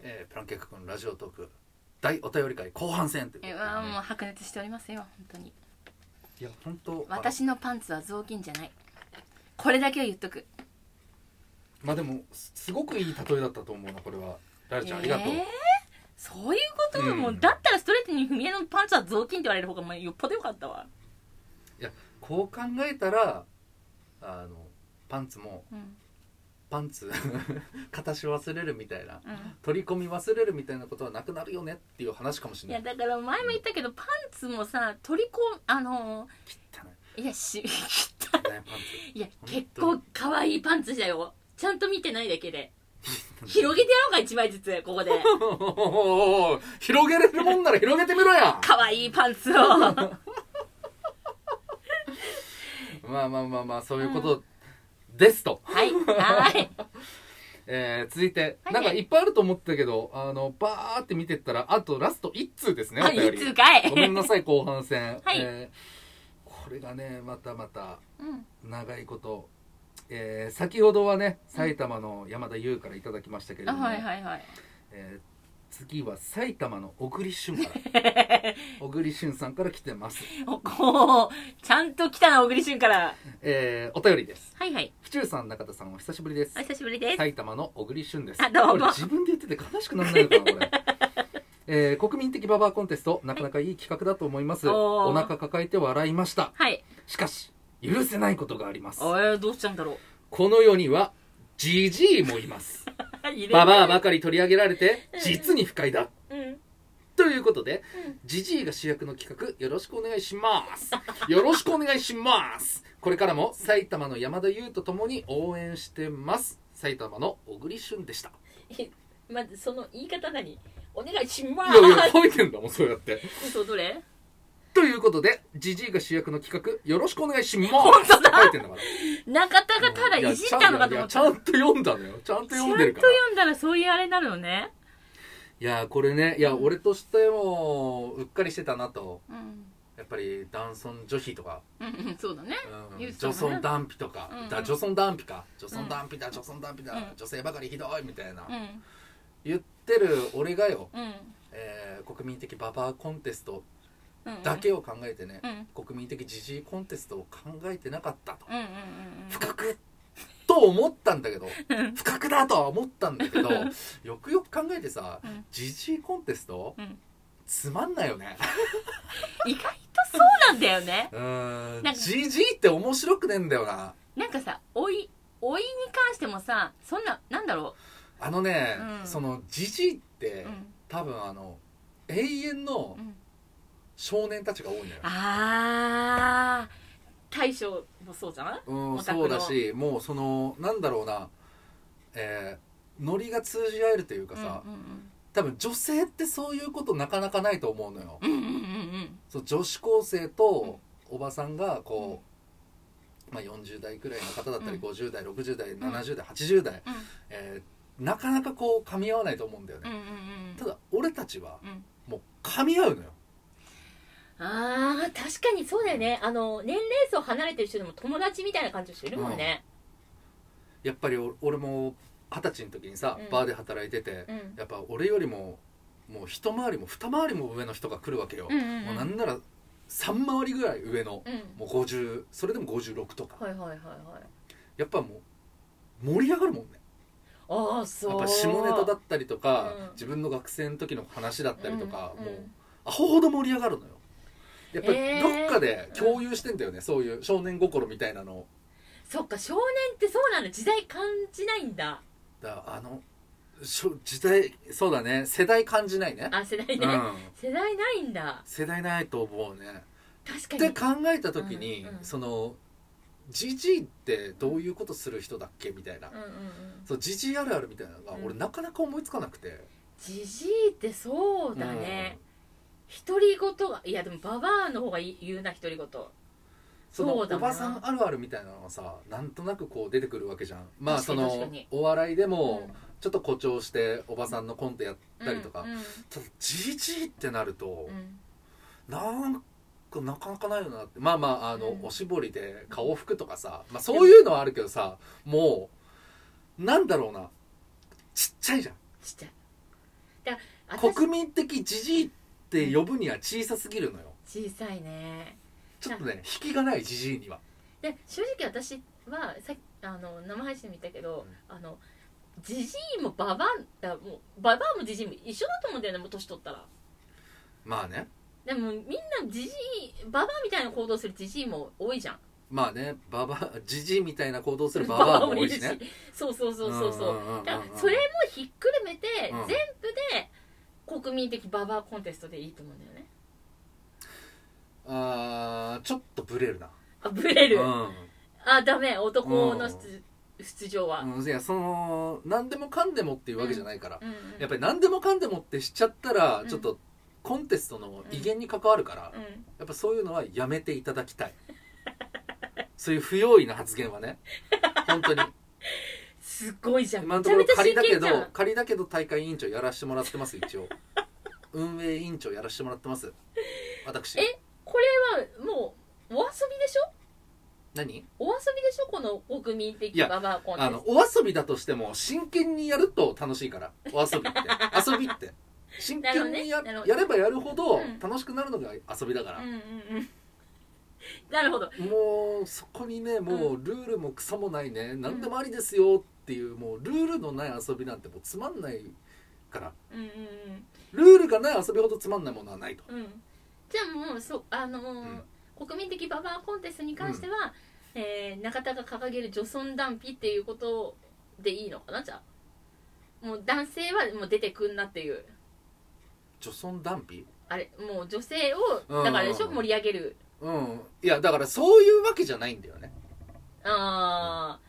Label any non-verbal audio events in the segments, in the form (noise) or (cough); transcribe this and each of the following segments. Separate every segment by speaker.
Speaker 1: えー、プランケック君ラジオトーク大お便り会後半戦ということで
Speaker 2: えうわもう白熱しておりますよ本当に
Speaker 1: いや本当
Speaker 2: 私のパンツは雑巾じゃないこれだけは言っとく
Speaker 1: まあでもすすごくいい例えだったと思うなこれはラルちゃん、ありがとう
Speaker 2: えーそういうこと、
Speaker 1: うん
Speaker 2: もうだったらストレートに踏み絵のパンツは雑巾って言われる方がまあよっぽどよかったわ
Speaker 1: こう考えたらあのパンツも
Speaker 2: うん
Speaker 1: パンツ (laughs) 形忘れるみたいな
Speaker 2: う
Speaker 1: 取り込み忘れるみたいなことはなくなるよねっていう話かもし
Speaker 2: んい
Speaker 1: れな
Speaker 2: や
Speaker 1: い
Speaker 2: だから前も言ったけどパンツもさ取り込むあの
Speaker 1: 汚
Speaker 2: ーいやし
Speaker 1: い汚いパン
Speaker 2: いや
Speaker 1: 当
Speaker 2: 結構可愛いパンツだよちゃんと見てないだけで
Speaker 1: ツ
Speaker 2: 広げてやろうか一枚ずつここで
Speaker 1: (laughs) おおお広げれるもんなら広げてみろや
Speaker 2: 可愛いパンツを
Speaker 1: まあまあまあまあそういうことですと、
Speaker 2: はい、はい。
Speaker 1: えー続いて、
Speaker 2: はい
Speaker 1: なんかいっぱいあると思ってたけどあのバーって見てったらあとラスト1通ですねお
Speaker 2: あ、
Speaker 1: 便
Speaker 2: い
Speaker 1: り
Speaker 2: つかい。
Speaker 1: ごめんなさい後半戦、
Speaker 2: (laughs) はい
Speaker 1: えーこれがねまたまた
Speaker 2: うん、
Speaker 1: 長いこと、えー先ほどはね埼玉の山田優からいただきましたけれ
Speaker 2: あ
Speaker 1: ども、
Speaker 2: はいはいはい。
Speaker 1: えー次は埼玉の小栗旬から
Speaker 2: (laughs)
Speaker 1: 小栗旬さんから来てます、
Speaker 2: おこう、ちゃんと来たな、小栗旬から。
Speaker 1: えーお便りです
Speaker 2: はいはい。
Speaker 1: 府中さん中田さんお久しぶりです
Speaker 2: お久しぶりです。
Speaker 1: 埼玉の小栗旬です
Speaker 2: あどうも
Speaker 1: これ自分で言ってて悲しくならないのかなこれ (laughs) えー国民的ババアコンテストなかなかいい企画だと思います
Speaker 2: はいお
Speaker 1: お
Speaker 2: ー
Speaker 1: 腹抱えて笑いました
Speaker 2: はい。
Speaker 1: しかし許せないことがあります
Speaker 2: あれ、どうしたんだろ
Speaker 1: この世にはジジイもい
Speaker 2: (laughs)
Speaker 1: ます
Speaker 2: う。入れ
Speaker 1: ババアばかり取り上げられて実に不快だ
Speaker 2: うん。
Speaker 1: ということで、ジジイが主役の企画よろしくお願いしますよろしくお願いしますこれからも埼玉の山田優とともに応援してます埼玉の小栗旬でした
Speaker 2: まず、その言い方何お願いしま
Speaker 1: いやいや書いてんだもんそうやって
Speaker 2: す。嘘、どれ
Speaker 1: (laughs) ということでジジイが主役の企画よろしくお願いしますって書いてんだから
Speaker 2: 中田がただいじったのかと
Speaker 1: い
Speaker 2: 思
Speaker 1: や
Speaker 2: っ
Speaker 1: ち
Speaker 2: た。
Speaker 1: ゃんいやちゃんと読んだのよちゃんと
Speaker 2: ちゃ
Speaker 1: 読
Speaker 2: ん
Speaker 1: ん
Speaker 2: と
Speaker 1: で
Speaker 2: 読
Speaker 1: るから
Speaker 2: んだらそういうあれになるのね。
Speaker 1: いやこれねいや俺としてもうっかりしてたなと
Speaker 2: うん。
Speaker 1: やっぱり男尊女卑とか、
Speaker 2: うんうん、そうだね。
Speaker 1: うん
Speaker 2: 言うてた
Speaker 1: 女
Speaker 2: ね
Speaker 1: 尊男卑とか、
Speaker 2: うんうん
Speaker 1: だ女尊男卑か女尊男卑だ、
Speaker 2: うん
Speaker 1: 女尊男卑だ、
Speaker 2: うん
Speaker 1: 女性ばかりひどいみたいな、
Speaker 2: うん。
Speaker 1: 言ってる俺がよ、
Speaker 2: うん。
Speaker 1: えー国民的ババアコンテスト
Speaker 2: うん。
Speaker 1: だ。けを考えてね
Speaker 2: う、ん。
Speaker 1: 国民的ジジイコンテストを考えてなかったと、
Speaker 2: うんうんうん
Speaker 1: 深くと思ったんだけど
Speaker 2: うん。
Speaker 1: 深くだとは思ったんだ
Speaker 2: (laughs)
Speaker 1: けどよくよく考えてさ、
Speaker 2: うん
Speaker 1: ジジイコンテスト、
Speaker 2: うん
Speaker 1: つまんないよね
Speaker 2: 意外とそうなんだよね。
Speaker 1: うーん
Speaker 2: なんか
Speaker 1: ジジイって面白くねえんだよな
Speaker 2: なんかさ老い老いに関してもさそんななんだろ
Speaker 1: あのね、
Speaker 2: うん
Speaker 1: そのジジイって、
Speaker 2: う、うん
Speaker 1: 多分あの永遠の
Speaker 2: うん、
Speaker 1: 少年たちが多いのよ、
Speaker 2: あー大将もそうじゃん
Speaker 1: うん、
Speaker 2: オタク
Speaker 1: そ
Speaker 2: の
Speaker 1: うだしもうそのなんだろうなえーノリが通じ合えるというかさ、
Speaker 2: う
Speaker 1: 多分女性ってそういうことなかなかないと思うのよ、
Speaker 2: んうんうんうん
Speaker 1: そう女子高生とおばさんがこう、まあ、40代くらいの方だったり
Speaker 2: うん
Speaker 1: 50代60代70代80代、えーなかなかこう噛み合わないと思うんだよ
Speaker 2: うんうんうん
Speaker 1: ね、
Speaker 2: うん
Speaker 1: ただ俺たちは
Speaker 2: うん
Speaker 1: もう噛み合うのよ
Speaker 2: あー確かにそうだよねあの年齢層離れてる人でも友達みたいな感じの人いるもんね
Speaker 1: やっぱりお俺も二十歳の時にさ
Speaker 2: うん
Speaker 1: バーで働いてて、
Speaker 2: うん
Speaker 1: やっぱ俺よりももう一回りも二回りも上の人が来るわけよ、
Speaker 2: うんうん
Speaker 1: もうな
Speaker 2: うん
Speaker 1: んなら3回りぐらい上の、
Speaker 2: うん
Speaker 1: もう50それでも56とか、
Speaker 2: はいはいはいはい
Speaker 1: やっぱもう盛り上がるもんね
Speaker 2: ああそう
Speaker 1: やっぱ下ネタだったりとか、
Speaker 2: うん
Speaker 1: 自分の学生の時の話だったりとか、
Speaker 2: ん
Speaker 1: もうんアホほど盛り上がるのよやっぱり
Speaker 2: へ
Speaker 1: ど
Speaker 2: ー
Speaker 1: っかで共有してんだよね、そういう少年心みたいなのを
Speaker 2: そっか少年ってそうなの時代感じないんだ
Speaker 1: だからあのしょ時代そうだね世代感じないね
Speaker 2: あ世代ね、
Speaker 1: うん
Speaker 2: 世代ないんだ
Speaker 1: 世代ないと思うね
Speaker 2: 確か
Speaker 1: っ
Speaker 2: に
Speaker 1: て考えた時に、
Speaker 2: うんうん
Speaker 1: そのジジイってどういうことする人だっけみたいな、
Speaker 2: うんうんうん
Speaker 1: そうジジイあるあるみたいなのが
Speaker 2: うん
Speaker 1: 俺なかなか思いつかなくて、
Speaker 2: じじいってそうだね、独り言がいやでもババアの方が言うな独り言
Speaker 1: その
Speaker 2: そ
Speaker 1: お
Speaker 2: うだな
Speaker 1: ばさんあるあるみたいなのがさなんとなくこう出てくるわけじゃんまあそ
Speaker 2: 確か
Speaker 1: の
Speaker 2: に確かに
Speaker 1: お笑いでも、
Speaker 2: うん
Speaker 1: ちょっと誇張しておばさんのコントやったりとか、
Speaker 2: うんうん
Speaker 1: ただジジイってなると
Speaker 2: う、ん
Speaker 1: なんかなかなかないよなってまあまああの、
Speaker 2: うん
Speaker 1: おしぼりで顔拭くとかさ、まあ、そういうのはあるけどさもうなんだろうなちっちゃいじゃん
Speaker 2: ちっちゃいだ私
Speaker 1: 国民的じじいって呼ぶには小さすぎるのよ
Speaker 2: 小さいね
Speaker 1: ちょっとね引きがないじじいには
Speaker 2: で正直私はさっきあの生配信見たけど、あのじじいもババアだもうババアもじじいも一緒だと思うんだよねもう年取ったら
Speaker 1: まあね
Speaker 2: でもみんなじじいババアみたいな行動するじじいも多いじゃん
Speaker 1: まあねババ (laughs) じじいみたいな行動するババアも多いし
Speaker 2: (laughs)
Speaker 1: ね
Speaker 2: そうそうそうそうそう
Speaker 1: うんうんうんうん
Speaker 2: だからそれもひっくるめて、
Speaker 1: うん
Speaker 2: 全部で国民的ババアコンテストでいいと思うんだよね
Speaker 1: あーちょっとブレるな
Speaker 2: あブレる、
Speaker 1: う
Speaker 2: あダメ男の出,、出場は、
Speaker 1: んうんいやその何でもかんでもっていうわけじゃないから
Speaker 2: うんうん
Speaker 1: やっぱり何でもかんでもってしちゃったら
Speaker 2: うん
Speaker 1: ちょっとコンテストの威厳に関わるから
Speaker 2: うん
Speaker 1: やっぱそういうのはやめていただきたいそういう不用意な発言はね本当に
Speaker 2: すごいじゃん
Speaker 1: 今の
Speaker 2: め
Speaker 1: と
Speaker 2: ちゃ
Speaker 1: ころ仮
Speaker 2: めちゃ真
Speaker 1: だけ
Speaker 2: 剣じゃ
Speaker 1: ど
Speaker 2: ん
Speaker 1: 仮だけど大会委員長やらしてもらってます一応運営委員長やらしてもらってます私
Speaker 2: えこれはもうお遊びでしょ
Speaker 1: 何
Speaker 2: お遊びでしょこの国民的
Speaker 1: いや
Speaker 2: ババアコンテ
Speaker 1: あ
Speaker 2: ス
Speaker 1: の
Speaker 2: ト
Speaker 1: お遊びだとしても真剣にやると楽しいからお
Speaker 2: (laughs)
Speaker 1: 遊びって遊びって真
Speaker 2: なるほ
Speaker 1: 剣
Speaker 2: どね
Speaker 1: にや,、
Speaker 2: なるほど
Speaker 1: やればやるほど
Speaker 2: うん
Speaker 1: 楽しくなるのが遊びだから
Speaker 2: うん、うんうんなるほど
Speaker 1: もうそこにねもうルールも草もないね、何でもありですよっていうもうルールのない遊びなんてもうつまんないから
Speaker 2: うんうん
Speaker 1: ルールがない遊びほどつまんないものはないと、
Speaker 2: うんうんじゃあもうそうあのー国民的ババアコンテストに関しては、えー中田が掲げる女尊男卑っていうことでいいのかなじゃあもう男性はもう出てくんなっていう
Speaker 1: 女尊男卑
Speaker 2: あれもう女性を
Speaker 1: うん
Speaker 2: だからでしょ、
Speaker 1: うん
Speaker 2: 盛り上げる
Speaker 1: うんいやだからそういうわけじゃないんだよね
Speaker 2: ああ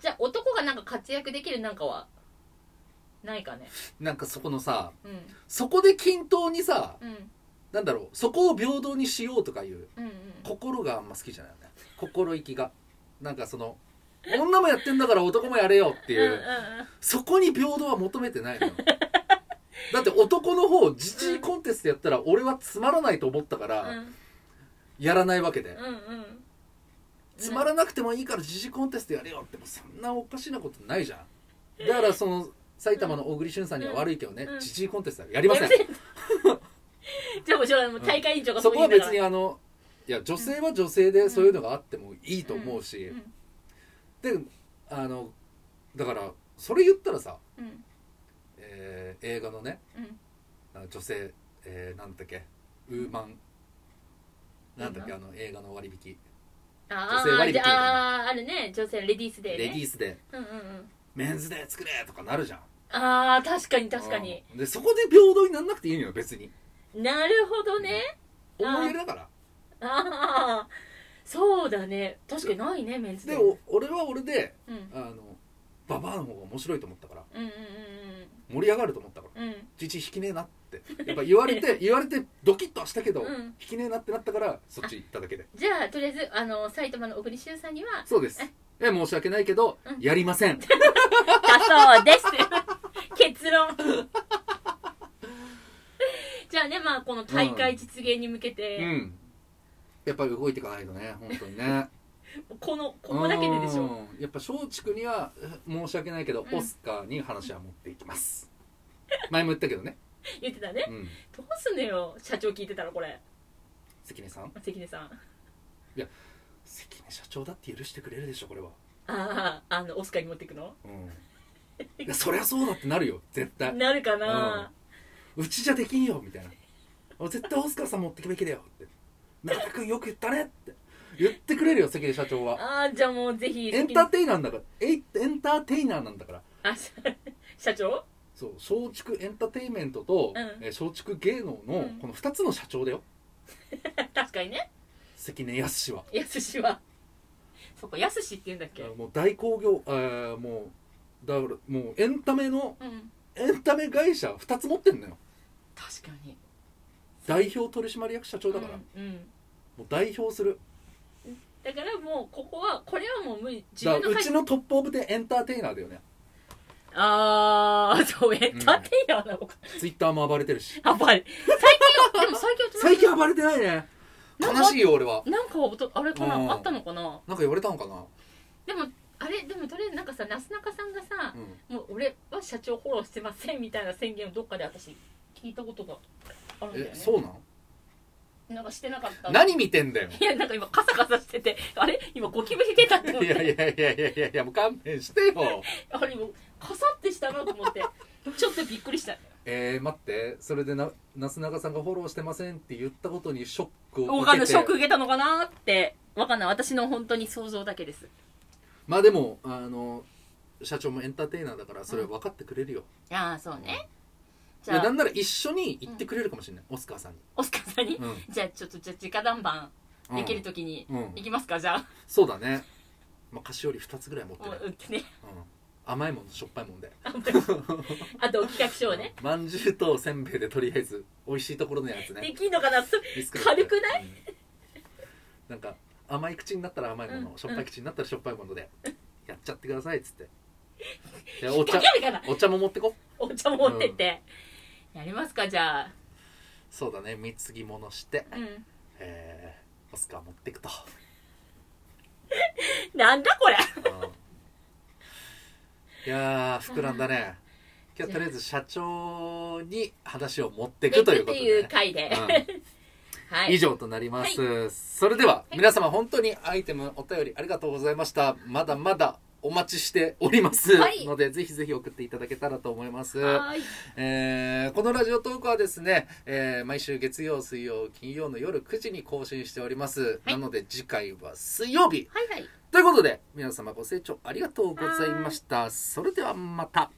Speaker 2: じゃあ男がなんか活躍できるなんかはないかね
Speaker 1: なんかそこのさ
Speaker 2: うん
Speaker 1: そこで均等にさ
Speaker 2: うん
Speaker 1: なんだろうそこを平等にしようとかいう
Speaker 2: うんうん
Speaker 1: 心があんま好きじゃないよね心意気がなんかその女もやってんだから男もやれよって
Speaker 2: うんう
Speaker 1: い
Speaker 2: ん
Speaker 1: うそこに平等は求めてないのよだって男の方ジジイコンテストやったら俺はつまらないと思ったか
Speaker 2: うん
Speaker 1: らやらないわけで
Speaker 2: うんうんうん
Speaker 1: つまらなくてもいいからジジイコンテストやれよってもうそんなおかしなことないじゃんだからその埼玉の小栗旬さんには悪いけどね
Speaker 2: うん
Speaker 1: ジジイコンテストはやりません
Speaker 2: (laughs) じゃあもうしょうがないもう大会委員長が
Speaker 1: そこは別
Speaker 2: い
Speaker 1: にあのいや女性は女性でそういうのがあってもいいと思うし
Speaker 2: うん
Speaker 1: であのだからそれ言ったらさ、
Speaker 2: うん
Speaker 1: えー映画のね
Speaker 2: うん
Speaker 1: あの女性、えー、なんだっけウーマンなんだっけあの映画の割引
Speaker 2: あ
Speaker 1: 女性割引
Speaker 2: ーじゃああーあるね女性レディースデーね
Speaker 1: レディースで
Speaker 2: うんうんうん
Speaker 1: メンズで作れとかなるじゃん
Speaker 2: ああ確かに確かに、
Speaker 1: うんでそこで平等にならなくていいのよ別に
Speaker 2: なるほどねあー
Speaker 1: 思い入れだから
Speaker 2: ああそうだね確かにないねメンズ
Speaker 1: で
Speaker 2: で
Speaker 1: お俺は俺で
Speaker 2: うんうん
Speaker 1: あのババアの方が面白いと思ったから
Speaker 2: うんうん
Speaker 1: 盛り上がると思ったから
Speaker 2: うんうん
Speaker 1: 父引きねえなってやっぱ言われ
Speaker 2: (laughs)
Speaker 1: て言われてドキッとはしたけど、
Speaker 2: うん
Speaker 1: 引きねえなってなったからそっち行っただけで
Speaker 2: じゃあとりあえずあの埼玉の小栗旬さんには
Speaker 1: そうですえ申し訳ないけど、
Speaker 2: うん
Speaker 1: やりま
Speaker 2: (laughs)
Speaker 1: せん
Speaker 2: 「だそう
Speaker 1: (laughs)
Speaker 2: です」結論 (laughs) じゃあねまあこの大会実現に向け
Speaker 1: う
Speaker 2: て、
Speaker 1: んやっぱり動いていかないとね本当にね
Speaker 2: この (laughs) ここだけででしょ
Speaker 1: うんやっぱ松竹にはえ申し訳ないけど、
Speaker 2: うん
Speaker 1: オスカーに話は持っていきます前も言ったけどね、
Speaker 2: 言ってたね
Speaker 1: うん、
Speaker 2: どうすんのよ社長聞いてたらこれ
Speaker 1: 関根さん
Speaker 2: 関根さん
Speaker 1: 関根社長だって許してくれるでしょこれは、
Speaker 2: あああのオスカーに持っていくの (laughs)
Speaker 1: うん、いやそりゃそうだってなるよ絶対
Speaker 2: なるかな、
Speaker 1: うちじゃできんよみたいな絶対オスカーさん持ってくべきだよって中田君よく言ったねって言ってくれるよ関根社長は
Speaker 2: ああじゃあもうぜひ
Speaker 1: エンターテイナーなんだからエイエンターテイナーなんだから
Speaker 2: あ (laughs) 社社長
Speaker 1: そう松竹エンターテインメントと、
Speaker 2: うん
Speaker 1: えー松竹芸能の
Speaker 2: うん
Speaker 1: この2つの社長だよ
Speaker 2: 確かにね
Speaker 1: 関根康は
Speaker 2: やすしはそこやすしって言うんだっけ
Speaker 1: あもう大興行えーもうだからもうエンタメの
Speaker 2: うん
Speaker 1: エンタメ会社2つ持ってんのよ
Speaker 2: 確かに
Speaker 1: 代表取締役社長だから、も
Speaker 2: うんうん
Speaker 1: う代表する
Speaker 2: だからもうここはこれはもう無理自
Speaker 1: だ
Speaker 2: 分
Speaker 1: から
Speaker 2: の
Speaker 1: う
Speaker 2: 会
Speaker 1: ちのトップオブでエンターテイナーだよね
Speaker 2: ああそうエンターテイナーなのか、
Speaker 1: ツイッターも暴れてるし
Speaker 2: やばい最近はでも最近は
Speaker 1: 最近暴れてないね
Speaker 2: な
Speaker 1: 悲
Speaker 2: んか
Speaker 1: しいよ俺は
Speaker 2: なんかおとあれかな、
Speaker 1: うん
Speaker 2: あったのかな
Speaker 1: なんか言われたのかな
Speaker 2: でもあれでもとりあえずなんかさなすなかさんがさ
Speaker 1: う、ん
Speaker 2: もう俺は社長フォローしてませんみたいな宣言をどっかで私聞いたことがあるんだよね
Speaker 1: えそうなん
Speaker 2: なんかしてなかった
Speaker 1: 何見てんだよ
Speaker 2: いやなんか今カサカサしててあれ今ゴキブリ出たって思
Speaker 1: (laughs)
Speaker 2: っ
Speaker 1: い
Speaker 2: て
Speaker 1: やいやいやいやいやいやもう勘弁してよ
Speaker 2: あれもうカサってしたなと思ってちょっとびっくりした
Speaker 1: (laughs) えー、待ってそれでななすなかさんがフォローしてませんって言ったことにショックを
Speaker 2: わ
Speaker 1: 受
Speaker 2: か
Speaker 1: け
Speaker 2: ん
Speaker 1: て
Speaker 2: ないショック受けたのかなってわかんない私の本当に想像だけです
Speaker 1: まあでもあの社長もエンターテイナーだからそれは分かってくれるよ、
Speaker 2: ああそうねじ
Speaker 1: いや
Speaker 2: ゃ
Speaker 1: な
Speaker 2: あ
Speaker 1: んなら一緒に行ってくれるかもしれない、オスカーさんに、
Speaker 2: オスカーさんに
Speaker 1: うん
Speaker 2: じゃあちょっとじゃあ直談判
Speaker 1: うん
Speaker 2: できる時に
Speaker 1: うん
Speaker 2: 行きますかじゃあ
Speaker 1: そうだね、まあ、菓子より2つぐらい持って
Speaker 2: も
Speaker 1: ね、
Speaker 2: うってね
Speaker 1: うん甘いもんとしょっぱいもんで
Speaker 2: (laughs) あと企画書をね
Speaker 1: まんじゅうとせんべいでとりあえず美味しいところのやつ
Speaker 2: で
Speaker 1: ね
Speaker 2: きんのかなそ
Speaker 1: リスク、
Speaker 2: 軽くない
Speaker 1: うんなんか甘い口になったら甘いもの、
Speaker 2: うん
Speaker 1: しょっぱい口になったらしょっぱいものでやっちゃってくださいっつ
Speaker 2: (laughs)
Speaker 1: ってでお茶
Speaker 2: かけるかな
Speaker 1: お茶も持ってこ
Speaker 2: お茶持ってって、やりますかじゃあ
Speaker 1: そうだね貢ぎ物して、
Speaker 2: うん
Speaker 1: えー、オスカー持ってくと、
Speaker 2: なんだこれ
Speaker 1: うんいやー膨らん
Speaker 2: (laughs)
Speaker 1: だね今日はとりあえず社長に話を持っていくということでね、
Speaker 2: 行くっていう回で、 (laughs) はい
Speaker 1: 以上となります、それでは皆様本当にアイテムお便りありがとうございましたまだまだお待ちしております
Speaker 2: はい
Speaker 1: ので、ぜひぜひ送っていただけたらと思います、
Speaker 2: はい
Speaker 1: えーこのラジオトークはですね、えー毎週月曜水曜金曜の夜9時に更新しております、
Speaker 2: はい
Speaker 1: なので次回は水曜日
Speaker 2: はいはい
Speaker 1: ということで皆様ご清聴ありがとうございましたそれではまた